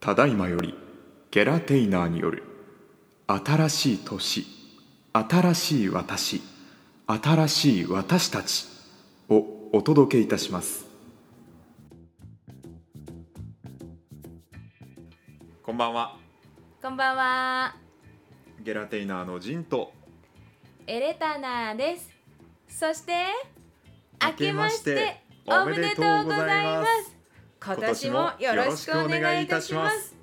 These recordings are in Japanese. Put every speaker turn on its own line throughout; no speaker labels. ただいまよりゲラテイナーによる新しい年新しい私新しい私たちをお届けいたしますこんばんは
こんばんは。
ゲラテイナーのジンと
エレタナです。そして、
明
明
け
け
ま
ま
し
してて
お
お
め
め
で
で
と
と
う
う
ご
ご
ざ
ざ
い
い
ま
ますす。今年もよろしくお願いいたします。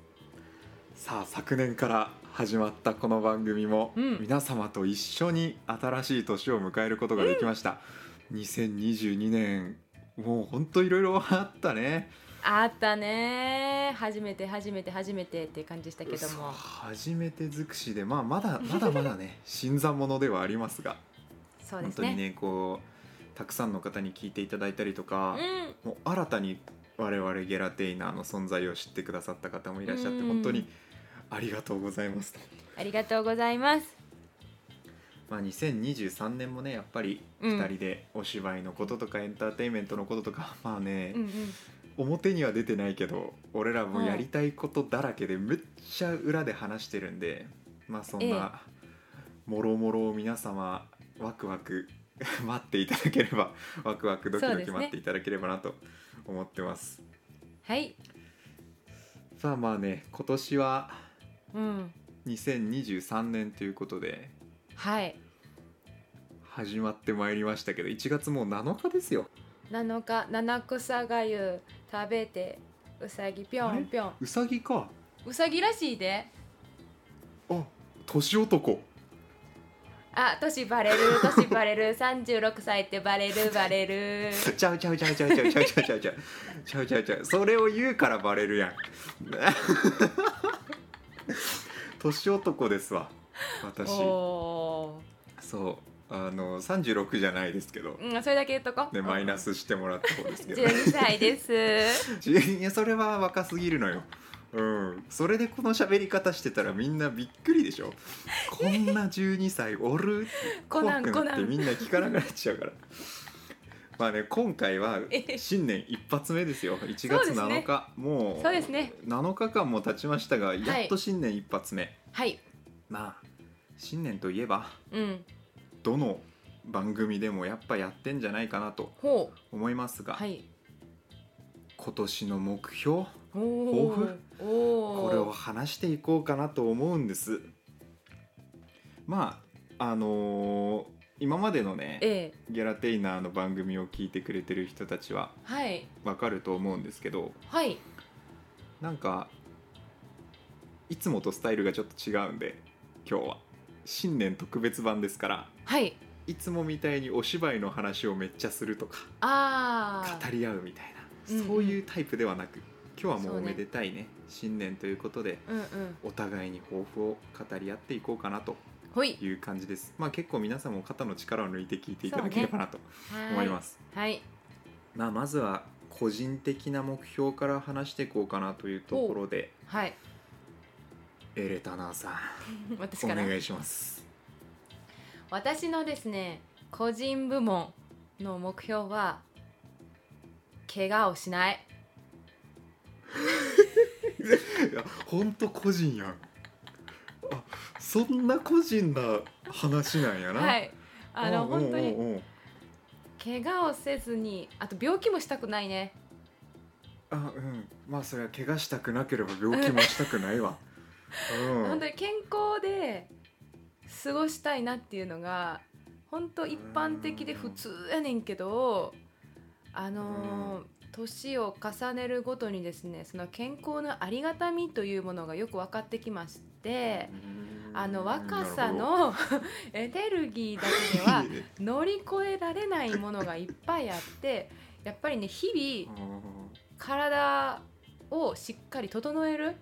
さあ昨年から始まったこの番組も、
うん
皆様と一緒に新しい年を迎えることができました、2022年もうほんといろいろあったね
あったね初めて初めて初めてって感じでしたけど
そう
も
初めて尽くしで、まあ、まだまだまだ ね新参者ではありますが
そうで
本
す
当に
ね
ねこうたくさんの方に聞いていただいたりとか、もう新たに我々ゲラテイナーの存在を知ってくださった方もいらっしゃって
うん
本当にありがとうございますと、
うんありがとうございます
まあ、2023年もねやっぱり
うん
2人でお芝居のこととかエンターテインメントのこととか、 まあね、
うんうん
表には出てないけど俺らもやりたいことだらけでめっちゃ裏で話してるんでまあそんなもろもろを皆様ワクワク 待っていただければワクワクドキ
そ
ド
うで
キ
すね
待っていただければなと思ってます。
はい
さあまあね今年は
うん
2023年ということで
はい
始まってまいりましたけど1月もう7日ですよ
7日七草がゆ食べてうさぎぴょんぴょん
うさぎか
うさぎらしいで
あ年男
あ年バレる年バレる36歳ってバレるバレる
ちゃうちゃうちゃうちゃうちゃうちゃうちゃうちゃうちゃうちゃうちゃうちゃうそれを言うからバレるやん 年男ですわ私
お
そうあの36じゃないですけど
ーうんそれだけ言っとこ
ねマイナスしてもらった方ですけど
12歳で す
いやそれは若すぎるのよ。うん、それでこの喋り方してたらみんなびっくりでしょこんな12歳おる
コ
怖
ナン
くなっ
コ
て
ナン
みんな聞かなくなっちゃうから まあね今回は
え
新年一発目ですよ1月
そうです
7
ね
日もう
そうですね
7日間も経ちましたがやっと新年一発目、
はい
まあ新年といえば
うん
どの番組でもやっぱやってんじゃないかなと
ほう
思いますが、
はい
今年の目標
おお
抱
お
これを
お
話していこうかなと思うんですまああのー今までのね
ええ
ギャラテイナーの番組を聞いてくれてる人たちは
はい
わかると思うんですけど
はい
なんかいつもとスタイルがちょっと違うんで今日は新年特別版ですから
はい
いつもみたいにお芝居の話をめっちゃするとか
あ
語り合うみたい
うん
な
うん
そういうタイプではなく今日はもう
そ
お
うね
めでたいね新年ということで
あうんうん
お互いに抱負を語り合っていこうかなと
ほい
いう感じです。まあ結構皆さんも肩の力を抜いて聞いていただければなと思いますす。
はい
まあまずは個人的な目標から話していこうかなというところで、
はいはい
エレタナーさん
私
お
から
願いします。
私のですね個人部門の目標は怪我をしない
いや本当個人やん。あそんな個人な話なんやな。
はいあの
うん
本当
うん
に
うんうん
怪我をせずにあと病気もしたくないね
あうんまあそれは怪我したくなければ病気もしたくないわ。うん
本当に健康で過ごしたいなっていうのが本当一般的で普通やねんけどあのー年を重ねるごとにですねその健康のありがたみというものがよく分かってきましてあの若さの エネルギーだけ では乗り越えられないものがいっぱいあってやっぱりね日々体をしっかり整える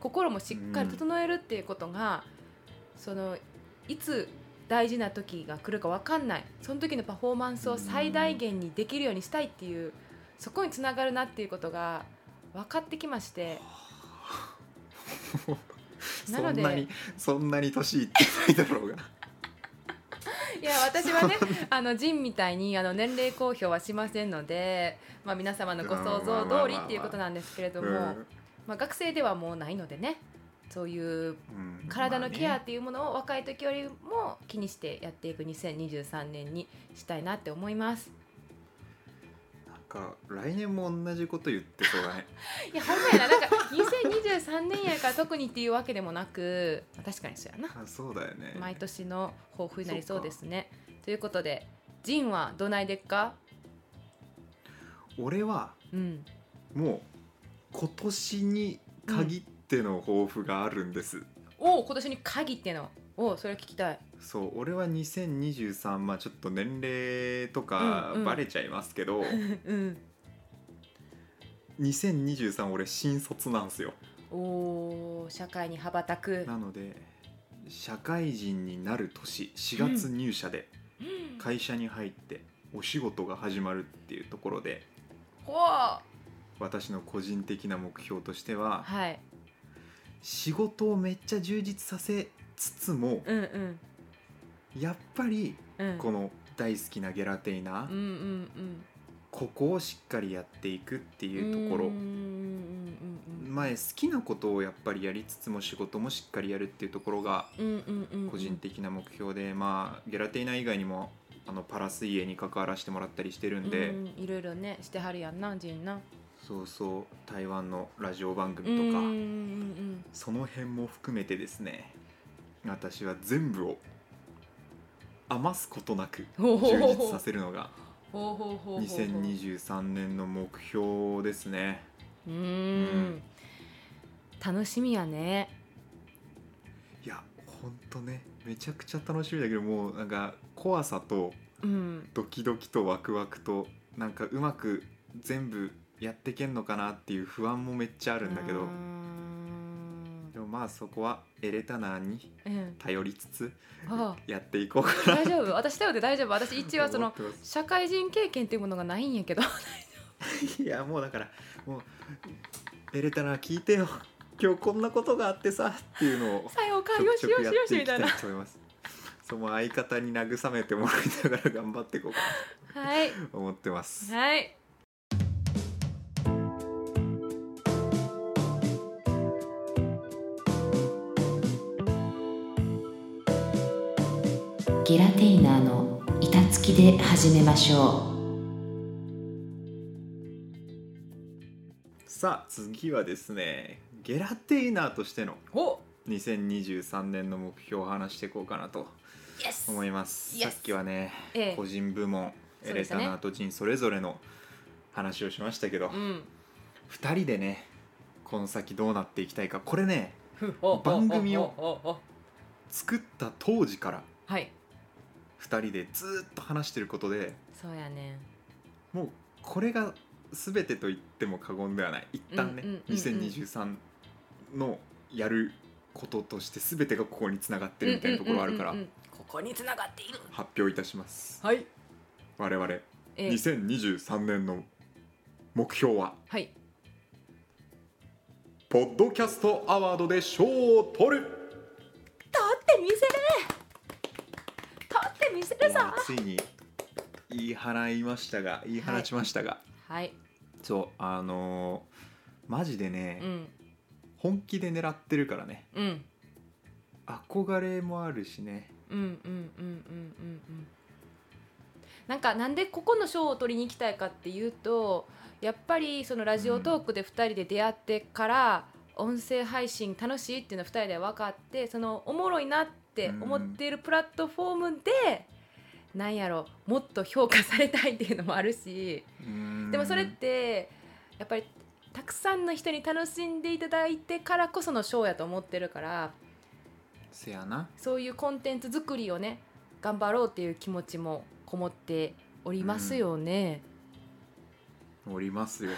心もしっかり整えるっていうことが、そのいつ大事な時が来るか分かんないその時のパフォーマンスを最大限にできるようにしたいっていうそこにつながるなっていうことが分かってきま して
な の
なの
でそん
で
なにそんなに年いってないだろうが
いや私はねあのジンみたいにあの年齢公表はしませんので、まあ、皆様のご想像通りっていうことなんですけれども。
うん
まあ、学生ではもうないのでねそういう
うん
体のケア
まあ
っ
ね
ていうものを若い時よりも気にしてやっていく2023年にしたいなって思います
なんか来年も同じこと言ってそうだね
いやほんまやななんか2023年やから特にっていうわけでもなくまあ確かにそうやな
あそうだよね
毎年の抱負になりそうですねということでジンはどないでっか
俺は
うん
もう今年に限っての抱負があるんです、
おお今年に限ってのおおそれ聞きたい
そう俺は2023まあちょっと年齢とか
うんうん
バレちゃいますけど、
うん
2023俺新卒なんですよ
おお社会に羽ばたく
なので社会人になる年4月入社で
うん
会社に入ってお仕事が始まるっていうところで
ほうは
私の個人的な目標としてはい仕事をめっちゃ充実させつつも
うんうん
やっぱり
うん
この大好きなゲラテイナ
うんうんうん
ここをしっかりやっていくっていうところ
うんうん
前好きなことをやっぱりやりつつも仕事もしっかりやるっていうところが
うんうんうんうんうん
個人的な目標で、まあゲラテイナ以外にもあのパラ水泳に関わらせてもらったりしてるんで、
うんいろいろねしてはるやんなジンな
そうそう台湾のラジオ番
うんうん
組とか、
うんうん
その辺も含めてですね私は全部を余すことなく
ほうほう
充
ほう
実させるのが
ほうほうほうほう
2023年の目標ですね
うー
うんん
楽しみやね
いやほんとねめちゃくちゃ楽しみだけどもうなんか怖さと
うん
ドキドキとワクワクとなんかうまく全部やってけんのかなっていう不安もめっちゃあ
あ
るんだけ
ー
どでもまあそこはエレタナーに
うん
頼りつつ
ああ
やっていこうかな
大丈夫私だよで大丈夫私一応その
と思ってま
社会人経験っていうものがないんや けど
す いやもうだからもうエレタナー聞いてよ今日こんなことがあってさっていうの を
さようか
ち
よ
ょく
し
ちょ
よ
く
し
や
よ
って
し
い
み
き
た
た
い
い
な
と思います その相方に慰めてもらいながら頑張っていこうか
はい
なと思ってます
はい
ゲラテイナーの板付きで始めましょ
さあ次はですねゲラテイナーとしての
お
2023年の目標を話していこうかなと
イエス
思います、
Yes
さっきはね、
ええ
個人部門、
そ
エ
うで
レ
した
タ
ね
ナーとジンそれぞれの話をしましたけど、
うん
2人でねこの先どうなっていきたいかこれね
お
番組を
おおお
作った当時から
はい
2人でずーっと話してることで
そうやね
もうこれが全てと言っても過言ではない一旦ね、
うんうんうんうん
2023のやることとして全てがここにつながってるみたいなところがあるから
うんうんうんうんここに繋がっている
発表いたします
はい
我々
ええ
2023年の目標は
はい
ポッドキャストアワードで賞を取る
取ってみせる取ってみせる
いや
さ
ついに言い払いましたが言い放ちましたが、
はい
そうあのーマジでね、
うん
本気で狙ってるからね
うん
憧れもあるしね
うんうんうんうんうんうんなんかなんでここの賞を取りに行きたいかっていうとやっぱりそのラジオトークで2人で出会ってから、音声配信楽しいっていうの2人で分かってそのおもろいなって思っているプラットフォームで、なんやろもっと評価されたいっていうのもあるしでもそれってやっぱりたくさんの人に楽しんでいただいてからこその賞やと思ってるから
せやな
そういうコンテンツ作りをね頑張ろうっていう気持ちもこもっておりますよね。
おりますよ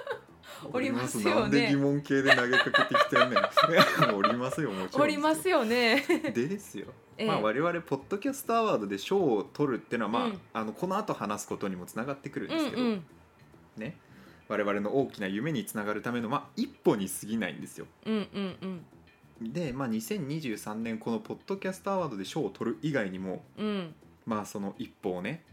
おりますよね
おりますなんで疑問形で投げかけてきてんねん おりますよもちろん
おりますよね。
でですよ、
ええ
まあ我々ポッドキャストアワードで賞を取るってのはまあ,、
うん
あのこの後話すことにもつながってくるん
う
ですけど、
んうん
ね我々の大きな夢につながるための、まあ、一歩に過ぎないんですよ
うんうんうん
で、まあ、2023年このポッドキャストアワードで賞を取る以外にも
うん
まあその一歩をね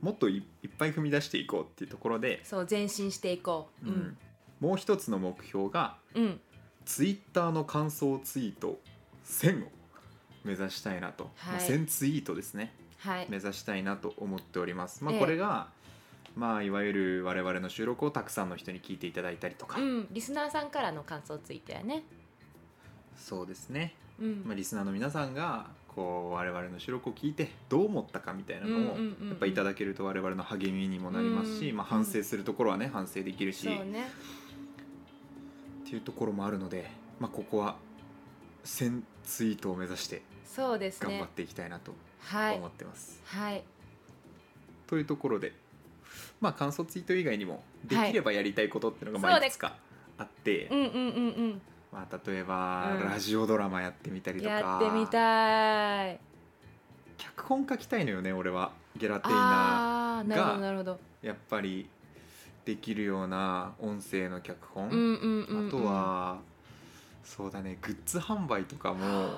もっといいっぱい踏み出していこうっていうところで、
そう前進していこう。
うんもう一つの目標が
うん
ツイッターの感想ツイート1000を目指したいなと、まあ
はい
1000ツイートですね
はい
目指したいなと思っております、まあ、
ええ
これが、まあいわゆる我々の収録をたくさんの人に聞いていただいたりとか、
うんリスナーさんからの感想ついてやね
そうですね、
うん
まあ、リスナーの皆さんがこう我々の収録を聞いてどう思ったかみたいなのを、やっぱいた
だ
だけると我々の励みにもなりますし、
うん
まあ、反省するところはね反省できるし、
そうね
っていうところもあるので、まあ、ここは1000ツイートを目指して
そうです
頑張
ね
っていきたいなと
はい
思ってます。
はい
というところで、まあ、感想ツイート以外にもできればやりたいことっていうのがまあ
そうで
いくつかあって、
うんうんうん
まあ、例えば、
うん
ラジオドラマやってみた
う
り
ん
とか
やってみたい
脚本書きたいのよね俺はゲラテイナ
ああーなるほどなるほど
やっぱりできるような音声の脚本、
うんうんうんうん
あとはそうだねグッズ販売とかも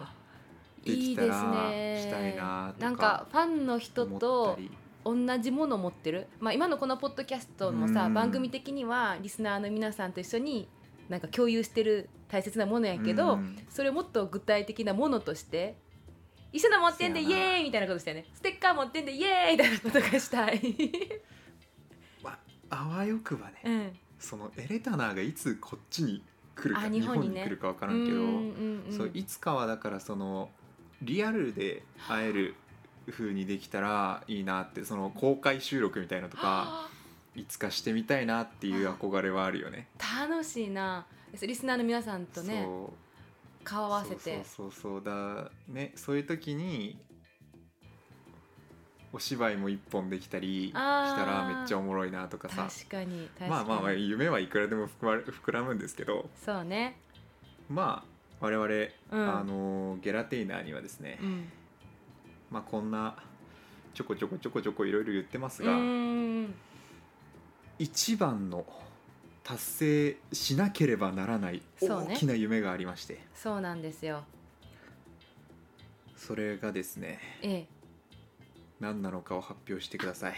できたらしたいなとか
なんかファンの人
思った
と
り
同じもの持ってる、まあ、今のこのポッドキャストもさ、
うん
番組的にはリスナーの皆さんと一緒になんか共有してる大切なものやけど、
うん
それをもっと具体的なものとして一緒の持ってんで
そ
イ
やな
エーイみたいなことしたよねステッカー持ってんでイエーイみたいなことがしたい、
まああわよくばね、
うん、
そのエレタナーがいつこっちに来るか
あ
日
日
本
本
に
にね
来るか分からんけど、
うんうんうん
そういつかはだからそのリアルで会える風にできたらいいなってその公開収録みたいなのとか
あ
いつかしてみたいなっていう憧れはあるよね。
ー楽しいなそうリスナーの皆さんとね
そう
顔合わせて
そうそうそうそうだねそういう時にお芝居も一本できたりした
あー
らめっちゃおもろいなとかさ
確かに確かに
まあまあまあ夢はいくらでも膨ら膨らむんですけど
そうね
まあ我々、
うん
あのゲラテイナーにはですね、
うん
まあこんなちょこちょこちょこちょこいろいろ言ってます
う
が、
ーん
一番の達成しなければならない
そうね
大きな夢がありまして
そうなんですよ
それがですね
ええ
何なのかを発表してください。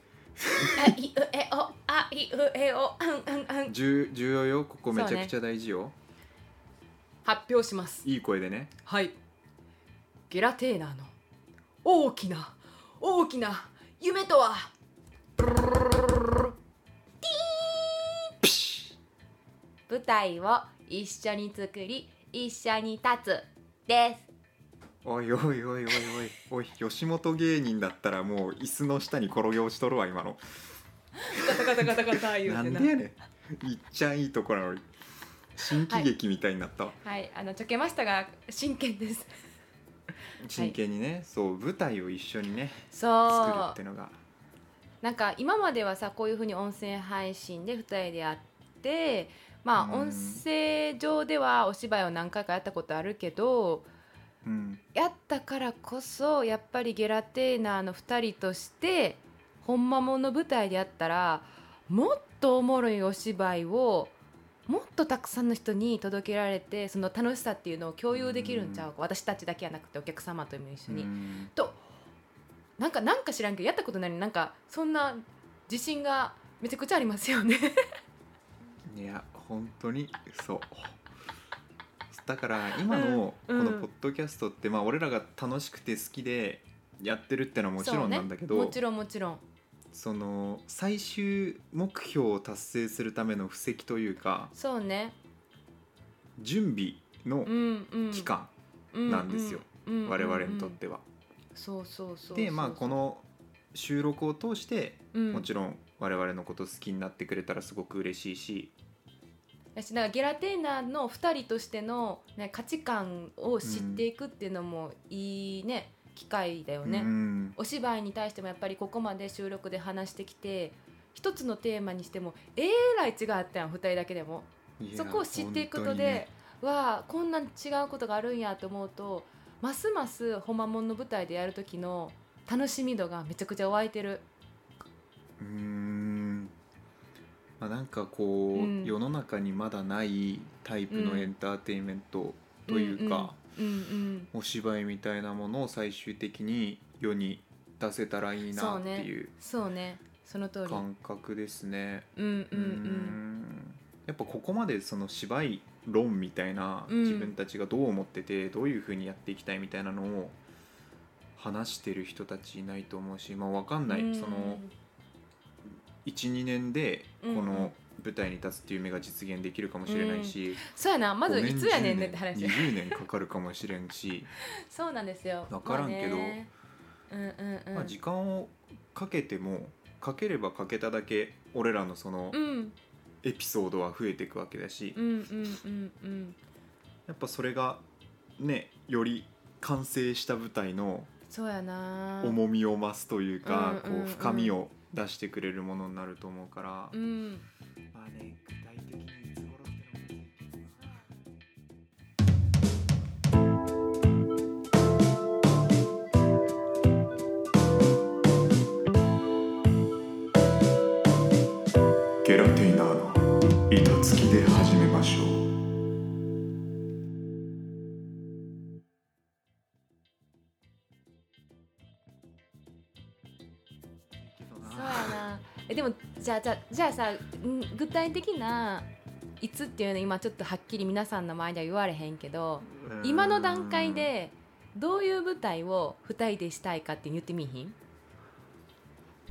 あいうえおあいうえおうんうんうん
重重要よここめちゃくちゃ大事よ、
発表します
いい声でね
はいゲラテーナーの大きな大きな夢とは
ピシ
舞台を一緒に作り一緒に立つで
ッおいおいおいおい おいおい吉本芸人だったらもう椅子の下に転げ落ちとるわ今の
すカタカタカタカタ言
な
うんてな
でやねんいっちゃんいいとこなのに新喜劇みたいになったわ、
はいあのちょけましたが真剣です
真剣にねそう舞台を一緒にね作る
そ
ってのが
なんか今まではさこういうふうに音声配信で2人でやってまあ
うん
音声上ではお芝居を何回かやったことあるけど
うん
やったからこそやっぱりゲラテーナーの2人として本間もの舞台でやったらもっとおもろいお芝居をもっとたくさんの人に届けられてその楽しさっていうのを共有できるんちゃうか私たちだけじゃなくてお客様とも一緒に。
うん
なんかなんか知らんけどやったことないのになんかそんな自信がめちゃくちゃありますよね
いや本当にそうだから今のこ
うん
のポッドキャストって、まあ俺らが楽しくて好きでやってるってのはもちろんなんだけ
そう
ど、
ねもちろんもちろん
その最終目標を達成するための布石というか
そうね
準備の
うんうん
期間、なんですよ、
うんうんうんうん
我々にとっては。
そうそうそう
でまあこ、の収録を通して
うん、
もちろん我々のこと好きになってくれたらすごく嬉しいし、
やしなんかゲラテーナの2人としての、ね、価値観を知っていくっていうのもいいね、機会だよね、
うん
お芝居に対してもやっぱりここまで収録で話してきて一つのテーマにしてもえーらい違ったやん2人だけでも
いや
そこを知っていくこと
本当
で、
にね
わあこんな違うことがあるんやと思うとますますほまもんの舞台でやる時の楽しみ度がめちゃくちゃ湧いてる
うーんまあ、なんかこう、
うん
世の中にまだないタイプのエンターテインメントというか、
うんうん、
お芝居みたいなものを最終的に世に出せたらいいな
そ
って
うね
いう
そうねその通りうん
感覚ですね。
うんう
うー
ん
んやっぱここまでその芝居論みたいな
うん
自分たちがどう思っててどういうふうにやっていきたいみたいなのを話してる人たちいないと思うしまあ分かんない、
うん
その12年でこ
うんうん
の舞台に立つっていう夢が実現できるかもしれないし、
そうやなまず
5
い
年
つやねんねって
10
話
年20年かかるかもしれんし、
そうなんですよ
わからんけど
まあねうんうんうん、
まあ、時間をかけてもかければかけただけ俺らのその
うん
エピソードは増えていくわけだし、
うんうんうんうん
やっぱそれがねより完成した舞台の
そうやな
重みを増すというか、
うんうんうん
こう深みを出してくれるものになると思うから、
うん
まあね具体的にいつ頃ってのもゲラテイナーの板付きで始めましょう。
そうやなえでもじゃあじゃあじゃあさん具体的ないつっていうの今ちょっとはっきり皆さんの前では言われへんけど今の段階でどういう舞台を2人でしたいかって言ってみいひん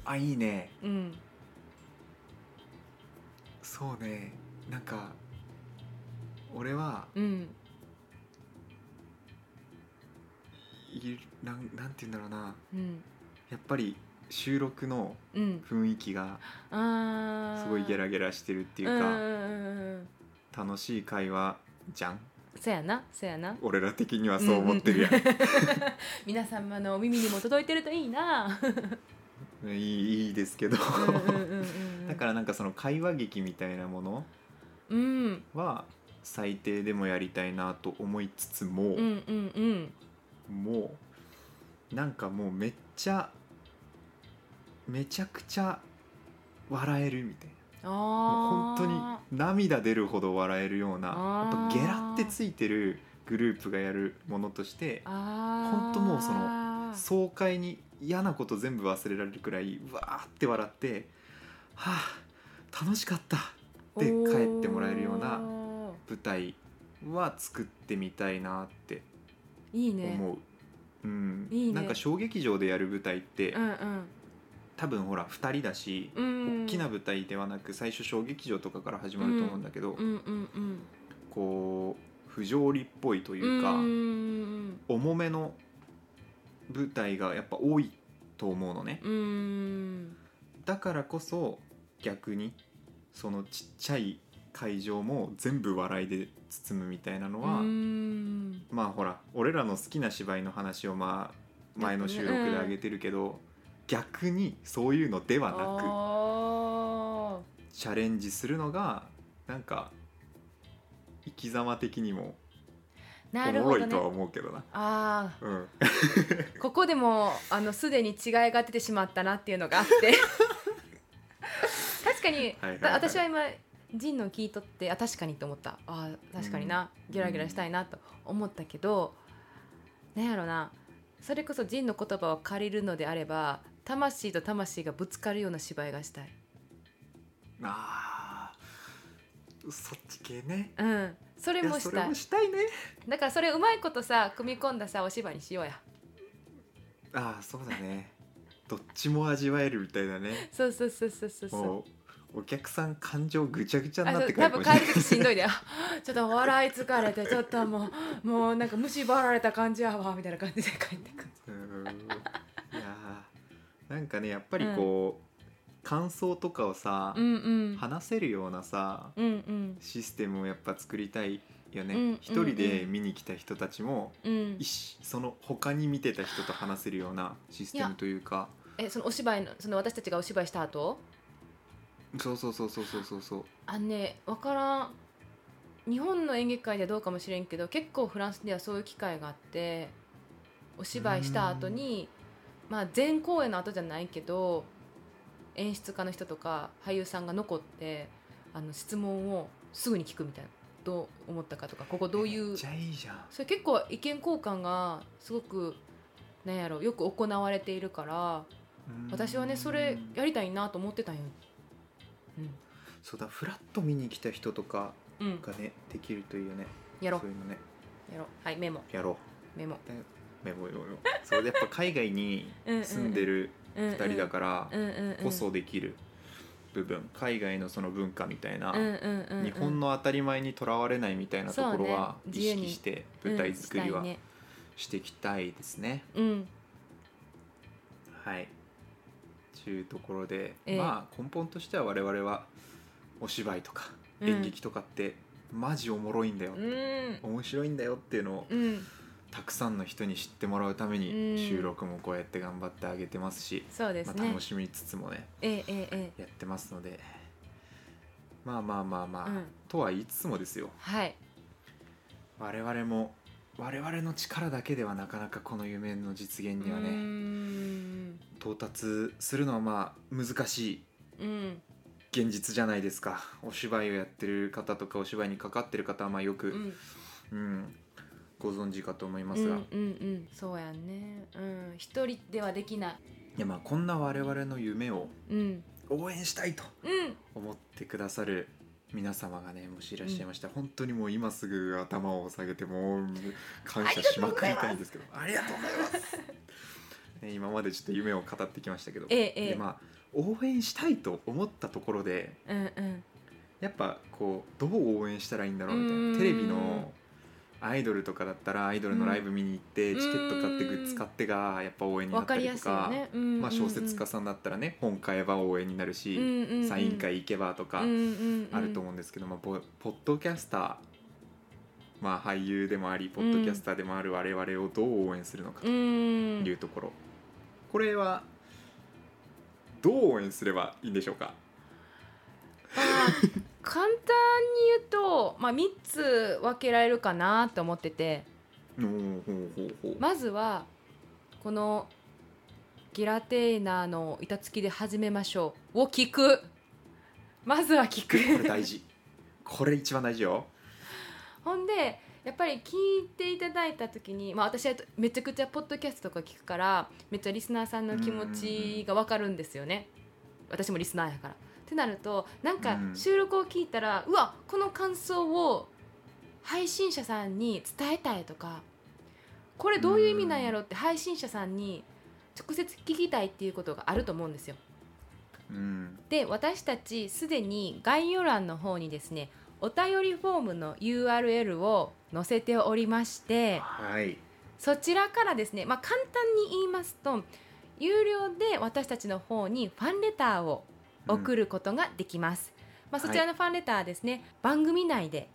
あいいね
うん
そうねなんか俺は
うん
いなんなんて言うんだろうな
うん
やっぱり収録の
うん
雰囲気が
あー
すごいゲラゲラしてるっていう
うん
か、
うんうんうん
楽しい会話じゃん
そうやなそうやな
俺ら的にはそう思ってるやん、
う皆様のお耳にも届いてるとい いな
いいいいですけど
うんうんうんうん
だからなんかその会話劇みたいなもの
うん
は最低でもやりたいなと思いつつも、
うんうんうん
もうなんかもうめっちゃめちゃくちゃ笑えるみたいな
あ
もう
あ
本当に涙出るほど笑えるような
あー
やっぱゲラってついてるグループがやるものとして
あー
ほんともうその爽快に嫌なこと全部忘れられるくらいうわーって笑って「はあ楽しかった」って帰ってもらえるような
おー
舞台は作ってみたいなって
いいね
思う。うん
いいね
なんか小劇場でやる舞台って、
うんうん
多分ほら2人だし、
うん
大きな舞台ではなく最初小劇場とかから始まると思うんだけど、
うんうんうん
こう不条理っぽいというか、
うんうん
重めの舞台がやっぱ多いと思うのね、
うんうん
だからこそ逆にそのちっちゃい会場も全部笑いで包むみたいなのは、
うん
まあほら俺らの好きな芝居の話をまあ前の収録であげてるけど、逆にそういうのではな
あ
くチャレンジするのがなんか生き様的にも
ーな
お
る
も
ほ
ろ
ど
いとは
ね
思うけどな。
あ
うん
ーここでもあのすでに違いが出てしまったなっていうのがあって確かに、
はいはいはい
だ私は今ジンの聞いとってあ確かにと思ったあー確かにな、
うん
ギラギラしたいなと思ったけどなんやろなそれこそジンの言葉を借りるのであれば魂と魂がぶつかるような芝居がしたい。
あーそっち系ね
うん、それ
い
も
や
し
そ
た
れ
い
もしたいね
だからそれうまいことさ組み込んださお芝居にしようや
ああそうだねどっちも味わえるみたいだね
そうそうそうそうそうそう
もうお客さん感情ぐちゃぐちゃに
あ
なっ
そ
て
う
か
多
もし
分
れな
帰
い
る時しんどいであ ちょっと笑い疲れてちょっともうもうなんか蝕られた感じやわみたいな感じで帰ってくる
うーんいやーなんかねやっぱりこう、感想とかをさ、
うんうん
話せるようなさ
うんうん
システムをやっぱ作りたいよね、
うん
一人で見に来た人たちも、
うん
いしその他に見てた人と話せるようなシステムというか
えそのお芝居のその私たちがお芝居した後
そうそうそうそうそうそうそう
あのね分からん日本の演劇界ではどうかもしれんけど結構フランスではそういう機会があってお芝居した後にまあ全公演の後じゃないけど演出家の人とか俳優さんが残ってあの質問をすぐに聞くみたいなどう思ったかとかここどうい
め
う
っちゃいいじゃん
それ結構意見交換がすごくなんやろよく行われているから私はねそれやりたいなと思ってたんよ。うん
そうだフラッと見に来た人とか
うん
がねできるといいよね
やろ
そういうのね
うやろうはいメモ
やろ
メモ
うでメモメモメモそうでやっぱ海外に住んでる
二
2人だから
うんうんうん
こそできる部分海外のその文化みたいな、
うんうんうんうん
日本の当たり前にとらわれないみたいなところは
そう
意
ね自由に
識して舞台作り
う
は
んしたいね
していきたいですね。
うん
はいというところで、
ええ
まあ根本としては我々はお芝居とか
うん
演劇とかってマジおもろいんだよ、
うん
面白いんだよっていうのを
うん
たくさんの人に知ってもらうため
うん
に収録もこうやって頑張ってあげてますし、
そうです
まあ、
ね
楽しみつつもね
ええええええ
やってますのでまあまあまあまあ、
うん
とは言いつつもですよ
はい
我々も我々の力だけではなかなかこの夢の実現には
うー
ね
ん
到達するのはまあ難しい
うん
現実じゃないですかお芝居をやってる方とかお芝居にかかってる方はまあよ
う
く、
ん
うんご存知かと思いま
うん
す
う
が、
んうんそうやんねうん一人ではできない
いやまあこんな我々の夢を
うん
応援したいと
うん
思ってくださる皆様がねもしいらっしゃいましたら、本当にもう今すぐ頭を下げてもう感謝しまくりたいんですけどありがとうございます、 ね、今までちょっと夢を語ってきましたけど、
ええええ
でまあ応援したいと思ったところで
うんうん
やっぱこうどう応援したらいいんだろうみたいう
ーん
なテレビのアイドルとかだったらアイドルのライブ見に行って
うん
チケット買ってグッズ買ってがやっぱ応援にな
わ
っ
か
た
り
り
や
と
すいよ
か、
ね、うんうんうん、
まあ、小説家さんだったらね本買えば応援になるし、
うんうんうん
サイン会行けばとか
うんうんうん
あると思うんですけど、まあ、ポポッドキャスターまあ俳優でもありポッドキャスターでもある我々をどう応援するのか
う
と
ん
いうところ、これはどう応援すればいいんでしょうか
まあ簡単に言うと、まあ、3つ分けられるかなと思ってて
おーほうほうほう
まずはこの「ギラテイナーの板付きで始めましょう」を聞くまずは聞く
これ大事これ一番大事よ
ほんでやっぱり聞いていただいた時に、まあ、私はめちゃくちゃポッドキャストとか聞くからめっちゃリスナーさんの気持ちが分かるんですよね私もリスナーやから。ってなるとなんか
うん
収録を聞いたら、うわこの感想を配信者さんに伝えたいとかこれどういう意味なんやろって配信者さんに直接聞きたいっていうことがあると思うんですよ。
うん
で私たちすでに概要欄の方にですねお便りフォームの URL を載せておりまして
はい
そちらからですね、まあ、簡単に言いますと有料で私たちの方にファンレターを送
る、
ることができます、まあ、そちらのファンレターはですね、番組内で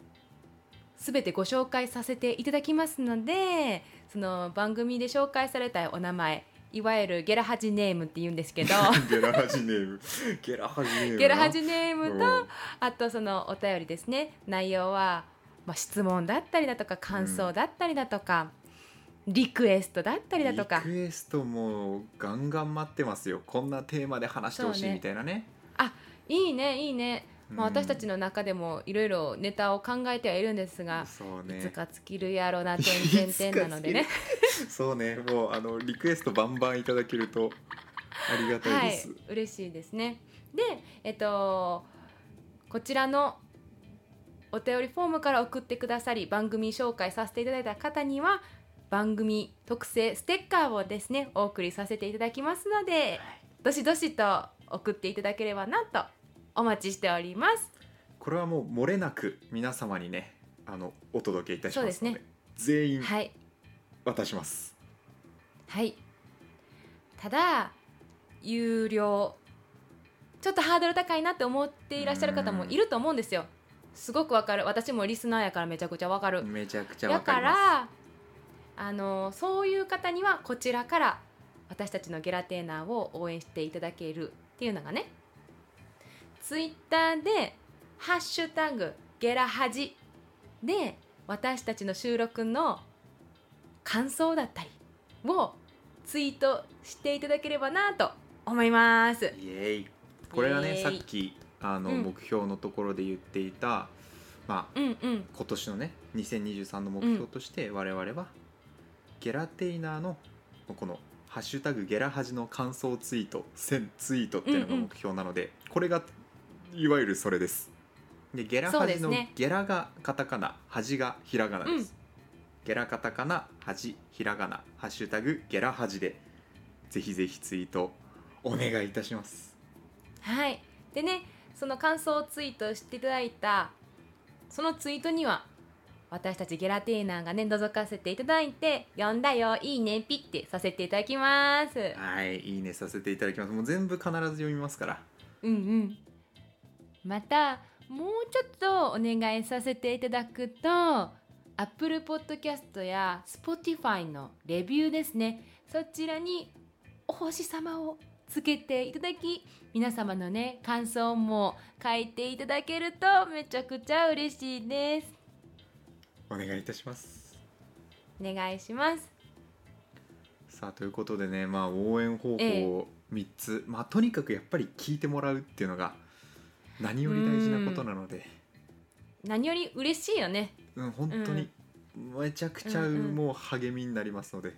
全てご紹介させていただきますのでその番組で紹介されたお名前いわゆるゲラハジネームって言うんですけど
ゲラハジネームゲラハジネームな
ゲラハジネームと
うん
あとそのお便りですね内容は、まあ、質問だったりだとか感想だったりだとか、リクエストだったりだとか
リクエストもガンガン待ってますよこんなテーマで話してほし
そう
い
ね
みたいなね
いいねいいね、まあ、
うん
私たちの中でもいろいろネタを考えてはいるんですが、
そう
いつ
ね
か尽きるやろな点々点なのでね
いつか好きそうねもうあのリクエストバンバンいただけるとありがた
はい
で
い
す、
嬉しいですねでえっとこちらのお便りフォームから送ってくださり番組紹介させていただいた方には番組特製ステッカーをですねお送りさせていただきますのでどしどしと送っていただければなとお待ちしております
これはもう漏れなく皆様にねあのお届けいたしますので
そうで
全員
はい
渡します、
はいただ有料ちょっとハードル高いなって思っていらっしゃる方もいると思うんですよすごくわかる私もリスナーやからめちゃくちゃわかる
めちゃくちゃ
だ
わか
か
ります
らあのそういう方にはこちらから私たちのゲラテーナーを応援していただけるっていうのがねツイッターで「ハッシュタグゲラハジ」で私たちの収録の感想だったりをツイートしていただければなと思いま
イ
す。
エーイこれが
イエー
ね
イ
さっきあの、
うん
目標のところで言っていた、まあ、
うんうん
今年のね2023の目標として我々は、ゲラテイナーのこの「ハッシュタグゲラハジ」の感想ツイート1000ツイートっていうのが
うんうん
目標なので、これがいわゆるそれですでゲラ
そう
ハ
で
ジ
す
の
ね
ゲラがカタカナハジがひらがなです、ゲラカタカナハジひらがなハッシュタグゲラハジでぜひぜひツイートお願いいたします
はいでねその感想をツイートしていただいたそのツイートには私たちゲラテーナーがね覗かせていただいて「呼んだよいいねピッ」てさせていただきます
はいいいねさせていただきますもう全部必ず読みますから
うんうんまたもうちょっとお願いさせていただくと Apple Podcast や Spotify のレビューですねそちらにお星様をつけていただき皆様のね感想も書いていただけるとめちゃくちゃ嬉しいです
お願いいたします
お願いします
さあということでね、まあ、応援方法3つ、まあ、とにかくやっぱり聞いてもらうっていうのが何より大事なことなので、
何より嬉しいよね
うん本当にめちゃくちゃ
うんうん
もう励みになりますので、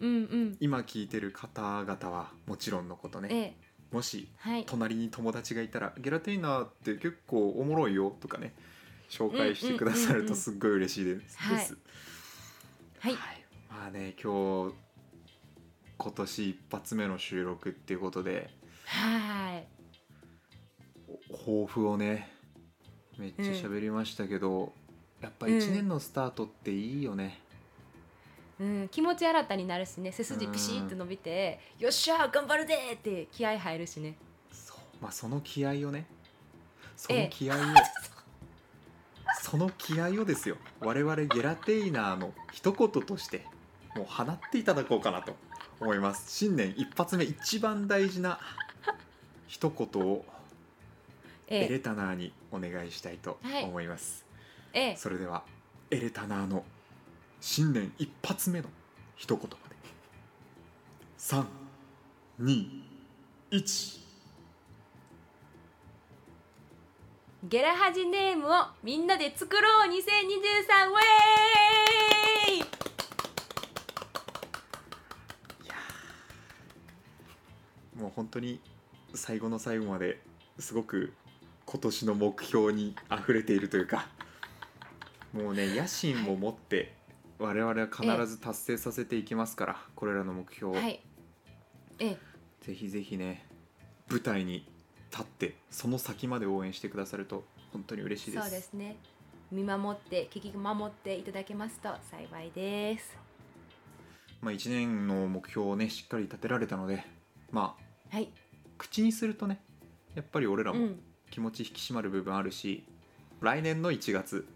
うんうん
今聞いてる方々はもちろんのことね、
ええ
もし
はい
隣に友達がいたら「ゲラテイナーって結構おもろいよ」とかね紹介してくださるとすっごい嬉しいです。
うんうんうんうん
です
はい
はいまあね今日今年一発目の収録っていうことで
はい
抱負をねめっちゃ喋りましたけど、やっぱ1年のスタートっていいよね、
うん、気持ち新たになるしね背筋ピシッと伸びて「よっしゃ頑張るぜ!」って気合入るしね
そうまあその気合をねそ
え
の
え
気合を、その気合をですよ我々ゲラテイナーの一言としてもう放っていただこうかなと思います新年一発目一番大事な一言をエレ
え
タナーにお願いしたいと思います、
えええ
それではエレタナーの新年一発目の一言まで321
ゲラハジネームをみんなで作ろう2023ウェーイ
もう本当に最後の最後まですごく今年の目標にあふれているというかもうね野心を持って我々は必ず達成させていきますからこれらの目標を、
はいええ
ぜひぜひね舞台に立ってその先まで応援してくださると本当に嬉しいです。
そうですね見守って聞き守っていただけますと幸いです
まあ、1年の目標をねしっかり立てられたのでまあ
はい
口にするとねやっぱり俺ら
う
も
ん
気持ち引き締まる部分あるし、来年の1月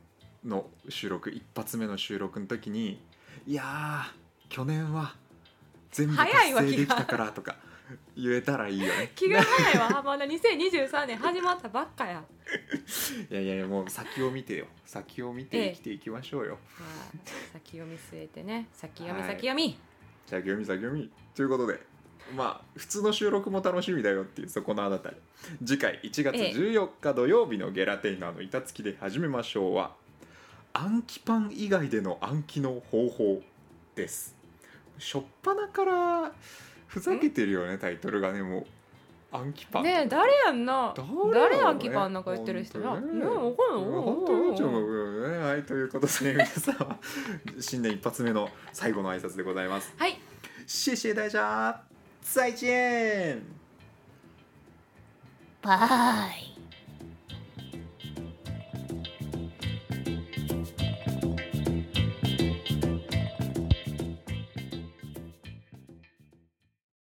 の収録一発目の収録の時にいやー去年は全部達
早いわ
成でき
気が
たからとか言えたらいいよね
気が早いわまだ2023年始まったばっかや
いやいやいやもう先を見てよ先を見て
ええ
生きていきましょうよ、
はい先読み据えてね先読み
はい
先読み、
じゃあ、ギョミさん、ギョミ。ということで、まあ、普通の収録も楽しみだよっていう、そこのあなたに。次回、1月
ええ
14日土曜日のゲラテイナーの板付きで始めましょうは、暗記パン以外での暗記の方法です。しょっぱなから、ふざけてるよね、タイトルがね、もう。暗記パン。
ねえ誰やんな
誰
誰や
やろうね
んキパンなんか言ってる人な
本当ね
ねえわかんないわ
本
かん
当
ない
にちょっとねはいということで皆様新年一発目の最後の挨拶でございます
はい
谢谢大家，再见。
バイ